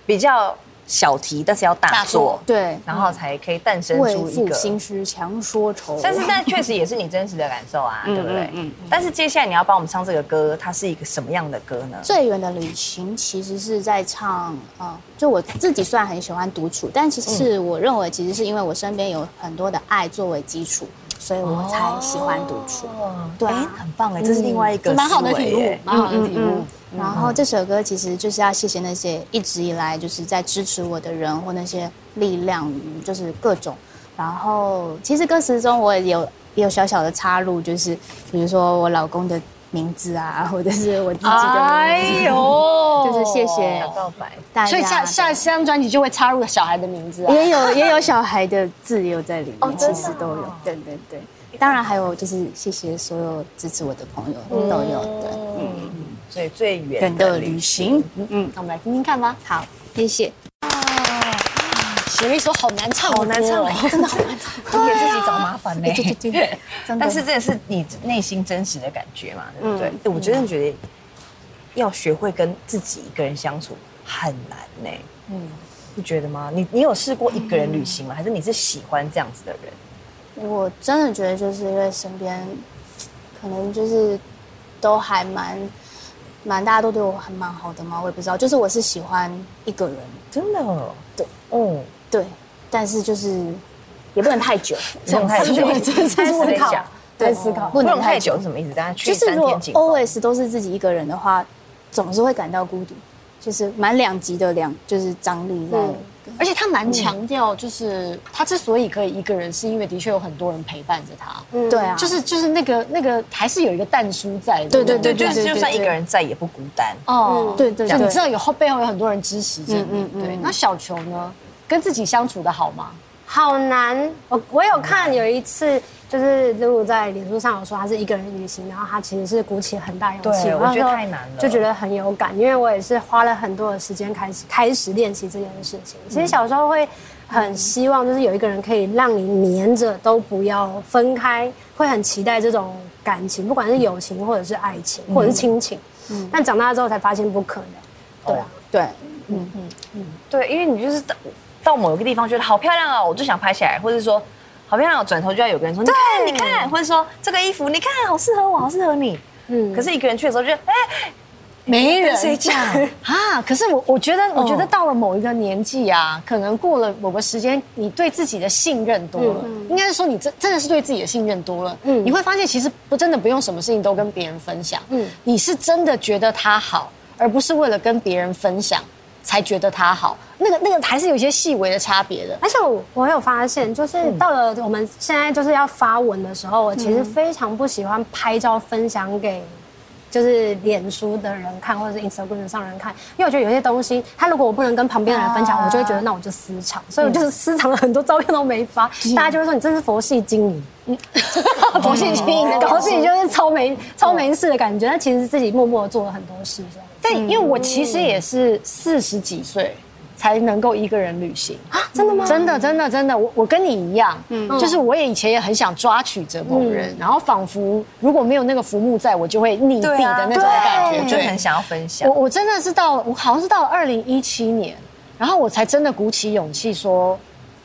[SPEAKER 2] 比较小题，但是要大
[SPEAKER 3] 大
[SPEAKER 2] 做
[SPEAKER 3] 做，
[SPEAKER 5] 对，嗯
[SPEAKER 2] 然后才可以诞生
[SPEAKER 5] 为
[SPEAKER 2] 出一
[SPEAKER 5] 赋
[SPEAKER 2] 个。
[SPEAKER 5] 新诗强说愁。
[SPEAKER 2] 但是，那确实也是你真实的感受啊，
[SPEAKER 5] 嗯
[SPEAKER 2] 对不对？但是接下来你要帮我们唱这个歌，它是一个什么样的歌呢？
[SPEAKER 5] 最远的旅行其实是在唱，呃，就我自己虽然很喜欢独处，但其
[SPEAKER 3] 嗯
[SPEAKER 5] 实我认为其实是因为我身边有很多的爱作为基础，所以我才喜欢独处。
[SPEAKER 3] 哦
[SPEAKER 5] 对啊嗯
[SPEAKER 2] 哎，很棒哎，这是另外一个
[SPEAKER 3] 嗯蛮好的
[SPEAKER 2] 思维
[SPEAKER 3] 体悟
[SPEAKER 2] 哎，
[SPEAKER 3] 蛮好的体悟。嗯
[SPEAKER 5] 然后这首歌其实就是要谢谢那些一直以来就是在支持我的人或那些力量，就是各种。然后其实歌词中我也有也有小小的插入，就是比如说我老公的名字啊，或者是我自己的名字，
[SPEAKER 3] 呦
[SPEAKER 5] 就是谢谢嗯
[SPEAKER 2] 小告白。
[SPEAKER 5] 大家。
[SPEAKER 3] 哎所以下下下张专辑就会插入小孩的名字啊。哦
[SPEAKER 5] 也有也有小孩的字也有在里面，其实都有。对对对，当然还有就是谢谢所有支持我的朋友
[SPEAKER 3] 嗯
[SPEAKER 5] 都有的。
[SPEAKER 2] 所以最远
[SPEAKER 5] 远
[SPEAKER 2] 的
[SPEAKER 5] 的
[SPEAKER 2] 旅
[SPEAKER 5] 旅
[SPEAKER 2] 行
[SPEAKER 5] 行，
[SPEAKER 3] 嗯，那我们来听听看吧。
[SPEAKER 5] 好，谢谢。
[SPEAKER 3] 雪莉说好难唱，哦
[SPEAKER 2] 好难唱，
[SPEAKER 5] 真的好难唱，
[SPEAKER 2] 给自己找麻烦呢。
[SPEAKER 5] 对对对，真的
[SPEAKER 2] 啊但是这也是你内心真实的感觉嘛，对不对？哎我真的觉得要学会跟自己一个人相处很难呢。嗯，你觉得吗？你你有试过一个人旅行吗？还是你是喜欢这样子的人？
[SPEAKER 5] 我真的觉得就是因为身边可能就是都还蛮蛮大家都对我还蛮好的嘛，我也不知道，就是我是喜欢一个人，
[SPEAKER 2] 真的哦，
[SPEAKER 5] 对，
[SPEAKER 2] 哦，
[SPEAKER 5] 对，但是就是也不能太久，
[SPEAKER 2] 不能太久，在思考，
[SPEAKER 5] 对，
[SPEAKER 3] 思考
[SPEAKER 5] 不
[SPEAKER 2] 不能
[SPEAKER 5] 能
[SPEAKER 2] 太
[SPEAKER 5] 太久，
[SPEAKER 2] 久是什么意思？大家去
[SPEAKER 5] 就是
[SPEAKER 2] 三
[SPEAKER 5] 如果哦
[SPEAKER 2] 天景观
[SPEAKER 5] always 都是自己一个人的话，总是会感到孤独，就是蛮两极的两，就是张力在。
[SPEAKER 2] 嗯
[SPEAKER 3] 而且他蛮强调，就是他之所以可以一个人，是因为的确有很多人陪伴着他。
[SPEAKER 6] 嗯
[SPEAKER 5] 对啊，
[SPEAKER 3] 就是就是那个那个还是有一个淡叔在的，
[SPEAKER 5] 对对对
[SPEAKER 2] 就
[SPEAKER 5] 对
[SPEAKER 2] 是就算一个人在也不孤单。
[SPEAKER 3] 哦，
[SPEAKER 5] 对对
[SPEAKER 3] 就
[SPEAKER 5] 对，
[SPEAKER 3] 你知道有后背后有很多人支持着你，
[SPEAKER 5] 嗯嗯嗯
[SPEAKER 3] 对。那小球呢，跟自己相处的好吗？
[SPEAKER 6] 好难。我我有看有一次，就是露露在脸书上有说她是一个人旅行，然后她其实是鼓起很大勇气。
[SPEAKER 2] 对
[SPEAKER 6] 然后
[SPEAKER 2] 我觉得
[SPEAKER 6] 就
[SPEAKER 2] 太难了
[SPEAKER 6] 就觉得很有感，因为我也是花了很多的时间开始开始练习这件事情。其实小时候会很希望，就是有一个人可以让你黏着，都不要分开，会很期待这种感情，不管是友情或者是爱情或者是亲情。
[SPEAKER 2] 嗯
[SPEAKER 6] 但长大之后才发现不可能。对啊，
[SPEAKER 5] 对，
[SPEAKER 2] 对，因为你就是到到某一个地方觉得好漂亮哦，我就想拍起来，或者说好漂亮、哦，转头就要有个人说你看你看，或者说这个衣服你看好适合我，好适合你。
[SPEAKER 6] 嗯
[SPEAKER 2] 可是一个人去的时候就觉得哎、
[SPEAKER 3] 没人
[SPEAKER 2] 跟
[SPEAKER 3] [laughs]
[SPEAKER 2] 谁讲
[SPEAKER 3] 啊！可是我我觉得，我觉得到了某一个年纪啊，可能过了某个时间，你对自己的信任多了，应该是说你真真的是对自己的信任多了，
[SPEAKER 6] 嗯
[SPEAKER 3] 你会发现其实不真的不用什么事情都跟别人分享，嗯，你是真的觉得他好，而不是为了跟别人分享才觉得他好，那个那个还是有一些细微的差别的，
[SPEAKER 6] 而且我我有发现，就是到了我们现在就是要发文的时候，我其实非常不喜欢拍照分享给。就是脸书的人看，或者是 Instagram 上的人看，因为我觉得有些东西，他如果我不能跟旁边的人分享，我就会觉得那我就私藏，所以我就是私藏了很多照片都没发，大家就会说你真是佛系经营， [laughs]
[SPEAKER 3] 佛系经营的
[SPEAKER 6] 搞得自己就是超没超没事的感觉，但其实自己默默地做了很多事这样。
[SPEAKER 3] 但因为我其实也是四十几岁才能够一个人旅行啊，真的吗？真的真的真的，我我跟你一样，嗯，就是我也以前也很想抓取着某人，然后仿佛如果没有那个浮木在，我就会溺毙的那种感觉，
[SPEAKER 2] 就
[SPEAKER 3] 啊对
[SPEAKER 2] 很想要分享
[SPEAKER 3] 我。哦我真的是到我好像是到了二零一七年，然后我才真的鼓起勇气说，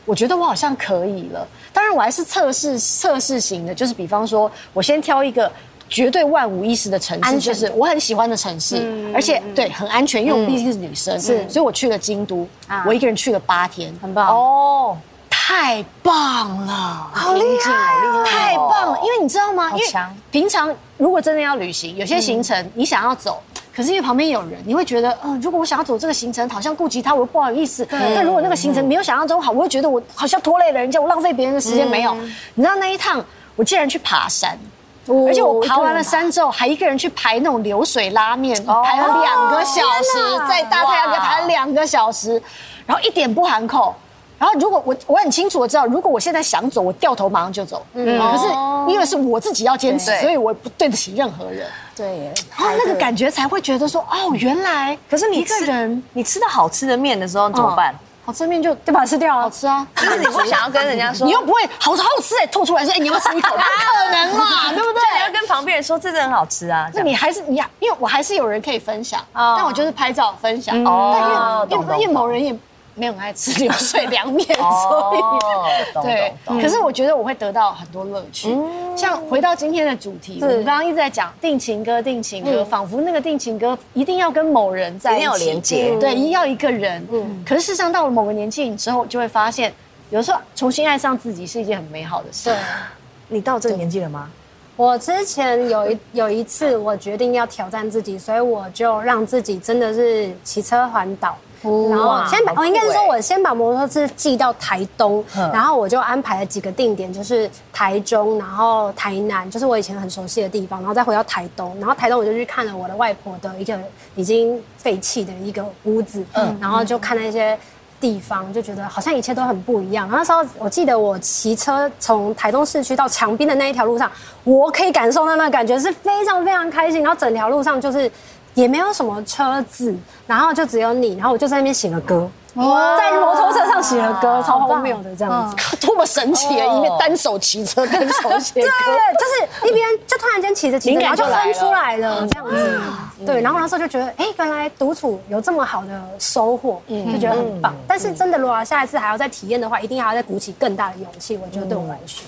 [SPEAKER 3] 我觉得我好像可以了。当然我还是测试测试型的，就是比方说我先挑一个。绝对万无一失的城市，
[SPEAKER 6] 安
[SPEAKER 3] 就
[SPEAKER 6] 全的
[SPEAKER 3] 是我很喜欢的城市，而且对很安全，因为我毕竟是女生，是，所以我去了京都，我一个人去了八天，很棒
[SPEAKER 2] 哦，
[SPEAKER 3] 太棒了，好厉害、啊太棒了！因为你知道吗？因为
[SPEAKER 2] 强
[SPEAKER 3] 平常如果真的要旅行，有些行程你想要走。可是因为旁边有人，你会觉得，嗯、如果我想要走这个行程，好像顾及他，我又不好意思。但如果那个行程没有想象中好，我会觉得我好像拖累了人家，我浪费别人的时间。没有，你知道那一趟，我竟然去爬山，而哦且我爬完了山之后，还一个人去排那种流水拉面，排了两个小时，在大太阳底下排了两个小时，然后一点不含扣。然后如果我我很清楚，我知道如果我现在想走，我掉头马上就走。嗯，可是因为是我自己要坚持，
[SPEAKER 2] 对
[SPEAKER 3] 所以我不对得起任何人。
[SPEAKER 5] 对耶，
[SPEAKER 3] 然后那个感觉才会觉得说，哦，原来
[SPEAKER 2] 可是你
[SPEAKER 3] 一个
[SPEAKER 2] 吃
[SPEAKER 3] 人哦
[SPEAKER 2] 你吃到好吃的面的时候你怎么办？
[SPEAKER 3] 好吃面就就把它吃掉了，好吃啊。
[SPEAKER 2] 就是你不想要跟人家说，
[SPEAKER 3] [laughs] 你又不会好好吃哎，吐出来说哎，你要不要吃 [laughs] 一口？不可能嘛，对不对？啊
[SPEAKER 2] 你要跟旁边人说这真的很好吃啊。这
[SPEAKER 3] 那
[SPEAKER 2] 样
[SPEAKER 3] 你还是你还，因为我还是有人可以分享，但我就是拍照分享。
[SPEAKER 2] 哦
[SPEAKER 3] 但因为因
[SPEAKER 2] 懂
[SPEAKER 3] 为
[SPEAKER 2] 懂
[SPEAKER 3] 因为某人也没有很爱吃流水凉面，所以
[SPEAKER 2] 哦，懂
[SPEAKER 3] 对
[SPEAKER 2] 懂，懂。嗯
[SPEAKER 3] 可是我觉得我会得到很多乐趣。像回到今天的主题，我们刚刚一直在讲定情歌，定情歌，仿佛那个定情歌一定要跟某人在一起，
[SPEAKER 2] 嗯一定要有连嗯结
[SPEAKER 3] 嗯对，一定要一个人。可是事实上，到了某个年纪之后，就会发现，有时候重新爱上自己是一件很美好的事。
[SPEAKER 2] 你到这个年纪了吗？
[SPEAKER 6] 我之前有一有一次，我决定要挑战自己，所以我就让自己真的是骑车环岛。然后先把，
[SPEAKER 2] 好酷
[SPEAKER 6] 哦，应该是说
[SPEAKER 2] 欸
[SPEAKER 6] 我先把摩托车寄到台东，
[SPEAKER 2] 嗯
[SPEAKER 6] 然后我就安排了几个定点，就是台中，然后台南，就是我以前很熟悉的地方，然后再回到台东，然后台东我就去看了我的外婆的一个已经废弃的一个屋子，嗯，然后就看那些地方，就觉得好像一切都很不一样。然后那时候我记得我骑车从台东市区到长滨的那一条路上，我可以感受到那个感觉是非常非常开心。然后整条路上就是也没有什么车子，然后就只有你，然后我就在那边写了歌。在摩托车上写了歌，超荒谬的这样子。
[SPEAKER 3] 多么神奇
[SPEAKER 2] 哦
[SPEAKER 3] 啊！一面单手骑车，单手
[SPEAKER 2] [laughs]
[SPEAKER 3] 写
[SPEAKER 2] 啊
[SPEAKER 3] 歌。
[SPEAKER 6] 对，就是一边就突然间骑着骑着，
[SPEAKER 3] 灵
[SPEAKER 6] 然
[SPEAKER 3] 感
[SPEAKER 6] 后
[SPEAKER 3] 就
[SPEAKER 6] 就
[SPEAKER 3] 来了
[SPEAKER 6] 哼出来了这样子。对，然后那时候就觉得，哎，原来独处有这么好的收获，就觉得很棒。但是真的，如果下一次还要再体验的话，一定还要再鼓起更大的勇气。我觉得对我来说，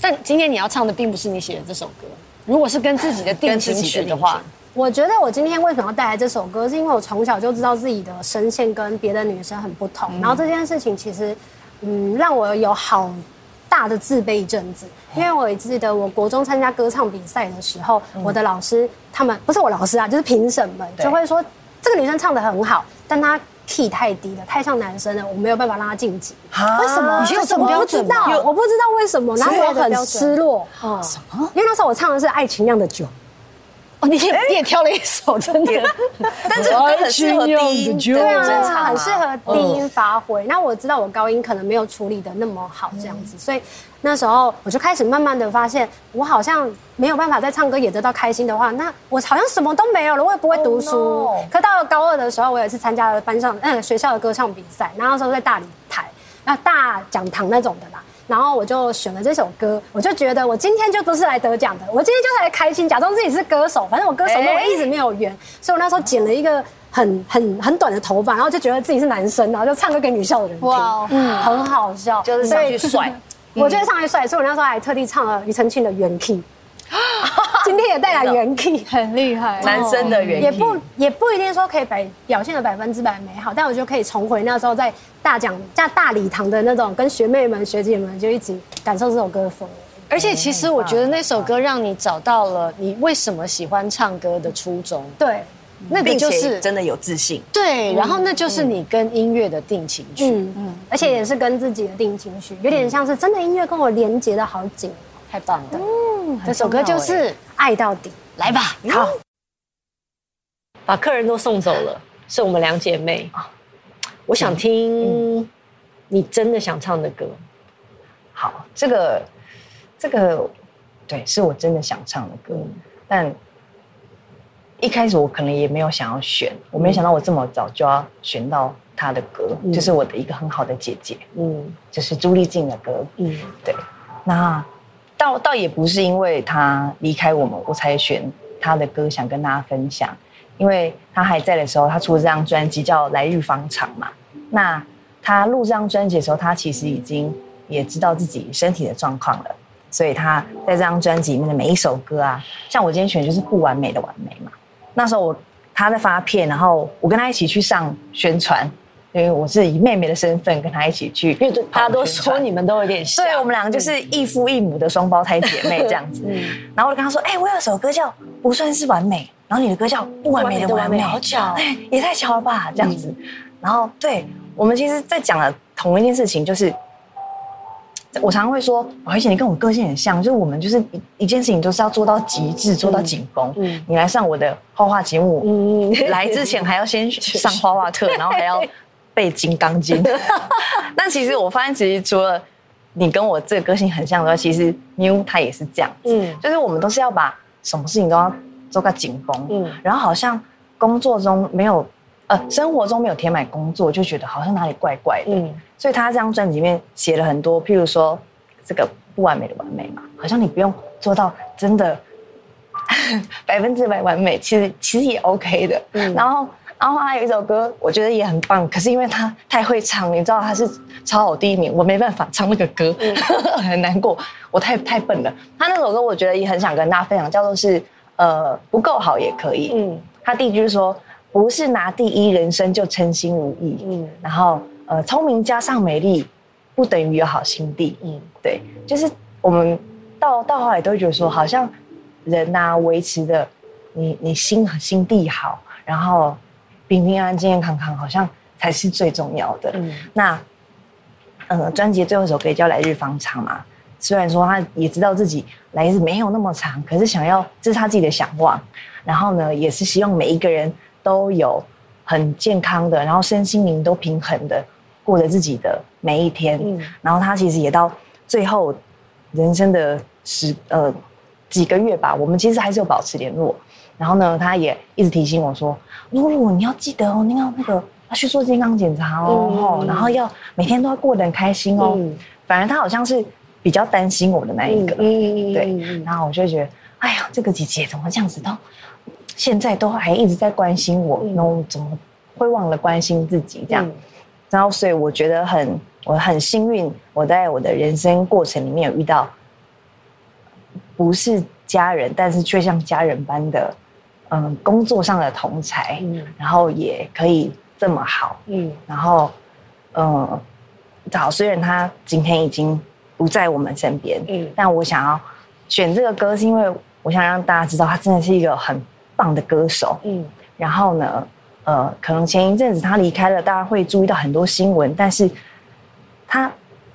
[SPEAKER 3] 但今天你要唱的并不是你写的这首歌，如果是跟自己的定
[SPEAKER 2] 跟自
[SPEAKER 3] 情
[SPEAKER 2] 己
[SPEAKER 3] 曲
[SPEAKER 2] 的
[SPEAKER 3] 的
[SPEAKER 2] 定
[SPEAKER 3] 话
[SPEAKER 2] 话，，
[SPEAKER 6] 我觉得我今天为什么要带来这首歌，是因为我从小就知道自己的声嗯线跟别的女生很不同，然后这件事情其实，嗯，让我有好大的自卑一阵子，
[SPEAKER 3] 嗯
[SPEAKER 6] 因为我也记得我国中参加歌唱比赛的时候，我的老师他们不是我老师啊，就是评审们
[SPEAKER 2] 对
[SPEAKER 6] 就会说这个女生唱的很好，但她 key 太低了，太像男生了，我没有办法让她晋级。
[SPEAKER 2] 为什么
[SPEAKER 3] 你觉得有这种
[SPEAKER 6] 我
[SPEAKER 3] 标
[SPEAKER 6] 不知
[SPEAKER 3] 准
[SPEAKER 6] 道
[SPEAKER 3] 吗？，
[SPEAKER 6] 我不知道为什么，然后我很失落。嗯，什么？因为那时候我唱的是《爱情酿的酒》，
[SPEAKER 3] 哦，你也你也挑了一首，真的。
[SPEAKER 2] 但这个歌很适合低音，
[SPEAKER 3] 对
[SPEAKER 2] 对
[SPEAKER 3] 啊
[SPEAKER 2] 很正常啊嗯
[SPEAKER 6] 很适合低音发挥。那我知道我高音可能没有处理的那么好，这样子，所以那时候我就开始慢慢的发现，我好像没有办法在唱歌也得到开心的话，那我好像什么都没有了，我也不会读书。
[SPEAKER 2] Oh no
[SPEAKER 6] 可到了高二的时候，我有一次参加了班上嗯、学校的歌唱比赛，然后那时候在大理台，那大讲堂那种的啦。然后我就选了这首歌，我就觉得我今天就不是来得奖的，我今天就是来开心，假装自己是歌手。反正我歌手跟我哎一直没有缘，所以我那时候剪了一个很很很短的头发，然后就觉得自己是男生，然后就唱歌给女校的人听，
[SPEAKER 5] 哇哦
[SPEAKER 6] 哇，嗯，很好笑，
[SPEAKER 2] 就是上去帅。
[SPEAKER 6] 我觉得上来帅，所以我那时候还特地唱了庾澄庆的《元气》，今天也带来《元气》。
[SPEAKER 3] 很厉害
[SPEAKER 2] 男生的原因
[SPEAKER 6] 也不也不一定说可以百表现的百分之百美好，但我就可以重回那时候在大讲在大礼堂的那种，跟学妹们、学姐们就一起感受这首歌的氛围。
[SPEAKER 3] 而且其实我觉得那首歌让你找到了你为什么喜欢唱歌的初衷，
[SPEAKER 6] 对，
[SPEAKER 3] 那个
[SPEAKER 2] 嗯并
[SPEAKER 3] 就
[SPEAKER 2] 且
[SPEAKER 3] 是
[SPEAKER 2] 真嗯的有自信。
[SPEAKER 3] 对，然后那就是你跟音乐的定情曲，
[SPEAKER 6] 嗯嗯，而且也是跟自己的定情曲，有点像是真的音乐跟我连接的好紧，哦嗯
[SPEAKER 3] 太棒了。这首歌就是
[SPEAKER 6] 爱到底。
[SPEAKER 3] 来吧，
[SPEAKER 2] 好，
[SPEAKER 1] 把客人都送走了，是我们两姐妹。
[SPEAKER 2] 啊
[SPEAKER 1] 我想
[SPEAKER 2] 嗯
[SPEAKER 1] 听你真的想唱的歌，
[SPEAKER 2] 好，这个这个对，是我真的想唱的歌，但一开始我可能也没有想要选，我没想到我这么早就要选到她的歌，就是我的一个很好的姐姐，
[SPEAKER 1] 嗯
[SPEAKER 2] 就是朱丽静的歌，
[SPEAKER 1] 嗯，
[SPEAKER 2] 对，那倒倒也不是因为她离开我们，我才选她的歌想跟大家分享，因为她还在的时候，她出了这张专辑叫《来日方长》嘛。那她录这张专辑的时候，她其实已经也知道自己身体的状况了，所以她在这张专辑里面的每一首歌啊，像我今天选的就是《不完美的完美》嘛。那时候我她在发片，然后我跟她一起去上宣传。因为我是以妹妹的身份跟她一起去跑宣传，
[SPEAKER 1] 大家都说你们都有点像，
[SPEAKER 2] 对，我们两个就是异父异母的双胞胎姐妹这样子。然后我就跟她说：“哎、我有首歌叫《不算是完美》，然后你的歌叫《不完美的完美》，
[SPEAKER 1] 好巧，
[SPEAKER 2] 哎，也太巧了吧，这样子。嗯然后，对我们其实，在讲的同一件事情，就是我常常会说，哦而且你跟我个性很像，就是我们就是一一件事情都是要做到极致，做到紧绷。你来上我的画画节目，
[SPEAKER 3] [laughs]
[SPEAKER 2] 来之前还要先上画画课，然后还要背《金刚经》。那其实我发现，其实除了你跟我这个个性很像的话，其实 Miu 她也是这样子，
[SPEAKER 1] 嗯
[SPEAKER 2] 就是我们都是要把什么事情都要做个紧绷，
[SPEAKER 1] 嗯
[SPEAKER 2] 然后好像工作中没有，呃，生活中没有填满工作，就觉得好像哪里怪怪的。
[SPEAKER 1] 嗯
[SPEAKER 2] 所以他这张专辑里面写了很多，譬如说这个不完美的完美嘛，好像你不用做到真的 [laughs] 百分之百完美，其实其实也 OK 的。
[SPEAKER 1] 嗯
[SPEAKER 2] 然后。然后还有一首歌，我觉得也很棒，可是因为他太会唱，你知道他是超好第一名，我没办法唱那个歌，
[SPEAKER 1] 嗯
[SPEAKER 2] [laughs] 很难过，我太太笨了。他那首歌我觉得也很想跟大家分享，叫做是呃不够好也可以，
[SPEAKER 1] 嗯
[SPEAKER 2] 他第一句说：“不是拿第一人生就称心如意。”
[SPEAKER 1] 嗯
[SPEAKER 2] 嗯，然后呃，聪明加上美丽，不等于有好心地。
[SPEAKER 1] 嗯
[SPEAKER 2] 嗯，对，就是我们到到后来都会觉得说，好像人呐、维持的你你心心地好，然后平平安安、健健康康，好像才是最重要的。
[SPEAKER 1] 嗯
[SPEAKER 2] 那呃，专辑的最后一首歌叫《来日方长》嘛。虽然说他也知道自己来日没有那么长，可是想要这是他自己的想望。然后呢，也是希望每一个人都有很健康的，然后身心灵都平衡的过着自己的每一天。
[SPEAKER 1] 嗯
[SPEAKER 2] 然后他其实也到最后人生的十呃几个月吧，我们其实还是有保持联络。然后呢，他也一直提醒我说：“露露，你要记得哦，你要那个要去做健康检查
[SPEAKER 1] 嗯
[SPEAKER 2] 哦，哦然后要每天都要过得很开心哦。反而他好像是比较担心我的那一个，
[SPEAKER 1] 嗯
[SPEAKER 2] 对，然后我就觉得，哎呀，这个姐姐怎么这样子都，现在都还一直在关心我，然后怎么会忘了关心自己这样？
[SPEAKER 3] 嗯
[SPEAKER 2] 然后所以我觉得很，我很幸运，我在我的人生过程里面有遇到，不是家人，但是却像家人般的，嗯，工作上的同才，
[SPEAKER 3] 嗯
[SPEAKER 2] 然后也可以这么好，
[SPEAKER 1] 嗯
[SPEAKER 2] 然后，嗯，好，虽然他今天已经。不不在我们身边，
[SPEAKER 3] 嗯
[SPEAKER 2] 嗯，但我想要选这个歌，是因为我想让大家知道他真的是一个很棒的歌手，
[SPEAKER 3] 嗯，
[SPEAKER 2] 然后呢，呃，可能前一阵子他离开了，大家会注意到很多新闻，但是他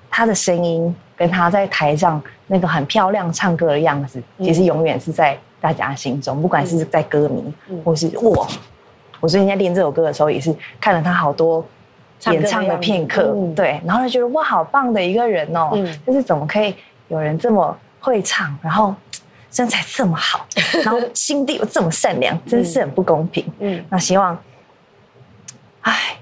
[SPEAKER 2] 他的声音跟他在台上那个很漂亮唱歌的样子，
[SPEAKER 3] 嗯
[SPEAKER 2] 其实永远是在大家心中，不管是在歌迷、
[SPEAKER 3] 嗯
[SPEAKER 2] 或是我。我最近在练这首歌的时候，也是看了他好多
[SPEAKER 3] 唱歌
[SPEAKER 2] 演
[SPEAKER 3] 的
[SPEAKER 2] 唱的
[SPEAKER 3] 样子
[SPEAKER 2] 片刻，
[SPEAKER 3] 嗯
[SPEAKER 2] 对，然后就觉得哇，好棒的一个人哦、
[SPEAKER 3] 嗯
[SPEAKER 2] 就是怎么可以有人这么会唱，然后嘖身材这么好，
[SPEAKER 3] [laughs]
[SPEAKER 2] 然后心地又这么善良，真是很不公平。
[SPEAKER 3] 嗯
[SPEAKER 2] 嗯，那希望，唉，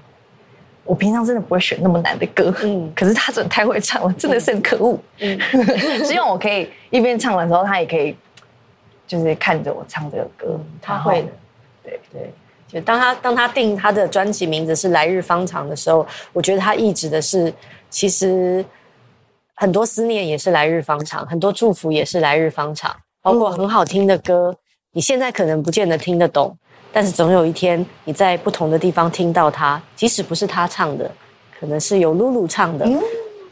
[SPEAKER 2] 我平常真的不会选那么难的歌，
[SPEAKER 3] 嗯
[SPEAKER 2] 嗯，可是他真的太会唱了，真的是很可恶。
[SPEAKER 3] 嗯
[SPEAKER 2] 嗯， [laughs] 希望我可以一边唱的时候，他也可以就是看着我唱这个歌，
[SPEAKER 3] 嗯他会的，对对。就当他当他定他的专辑名字是《来日方长》的时候，我觉得他意指的是，其实很多思念也是来日方长，很多祝福也是来日方长，包括很好听的歌，你现在可能不见得听得懂，但是总有一天你在不同的地方听到它，即使不是他唱的，可能是由露露唱的，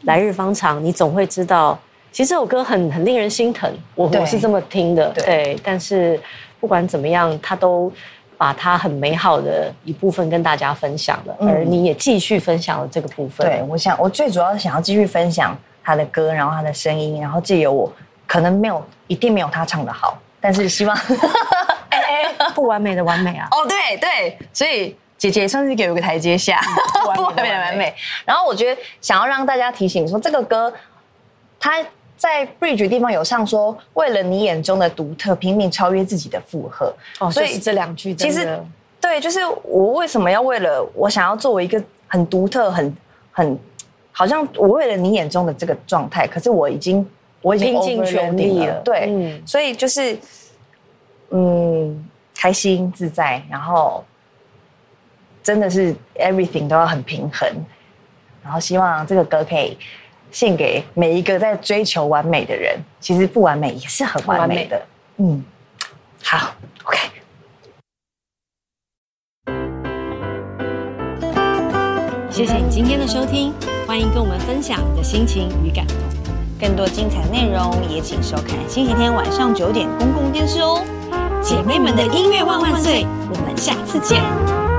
[SPEAKER 3] 来日方长》，你总会知道，其实这首歌很很令人心疼，我
[SPEAKER 2] 对
[SPEAKER 3] 我是这么听的，
[SPEAKER 2] 对
[SPEAKER 3] 对。但是不管怎么样，他都把他很美好的一部分跟大家分享了，
[SPEAKER 2] 嗯
[SPEAKER 3] 而你也继续分享了这个部分。
[SPEAKER 2] 对，我想我最主要是想要继续分享他的歌，然后他的声音，然后借由我可能没有一定没有他唱的好，但是希望
[SPEAKER 3] [laughs] 不完美的完美啊，
[SPEAKER 2] 哦对对，所以姐姐也算是给我一个台阶下，
[SPEAKER 3] 嗯
[SPEAKER 2] [laughs] 不完美的完美。然后我觉得想要让大家提醒说，这个歌他在 bridge 的地方有唱说，为了你眼中的独特，拼命超越自己的负荷。
[SPEAKER 3] [laughs] 哦，所
[SPEAKER 2] 所以
[SPEAKER 3] 以这两句真
[SPEAKER 2] 其
[SPEAKER 3] 的
[SPEAKER 2] 实对，就是我为什么要为了我想要作为一个很独特、很很，好像我为了你眼中的这个状态，可是我已经我已经
[SPEAKER 3] 拼尽
[SPEAKER 2] overloading
[SPEAKER 3] 全力了
[SPEAKER 2] 对，
[SPEAKER 3] 嗯
[SPEAKER 2] 所以就是嗯，开心自在，然后真的是 everything 都要很平衡，然后希望这个歌可以。献给每一个在追求完美的人，其实不完美也是很完美的。嗯，好，OK。
[SPEAKER 3] 谢谢你今天的收听，欢迎跟我们分享你的心情与感动。
[SPEAKER 7] 更多精彩内容也请收看星期天晚上
[SPEAKER 3] 嗯
[SPEAKER 7] 九点公共电视哦。姐妹们的音乐万万岁，我们下次见。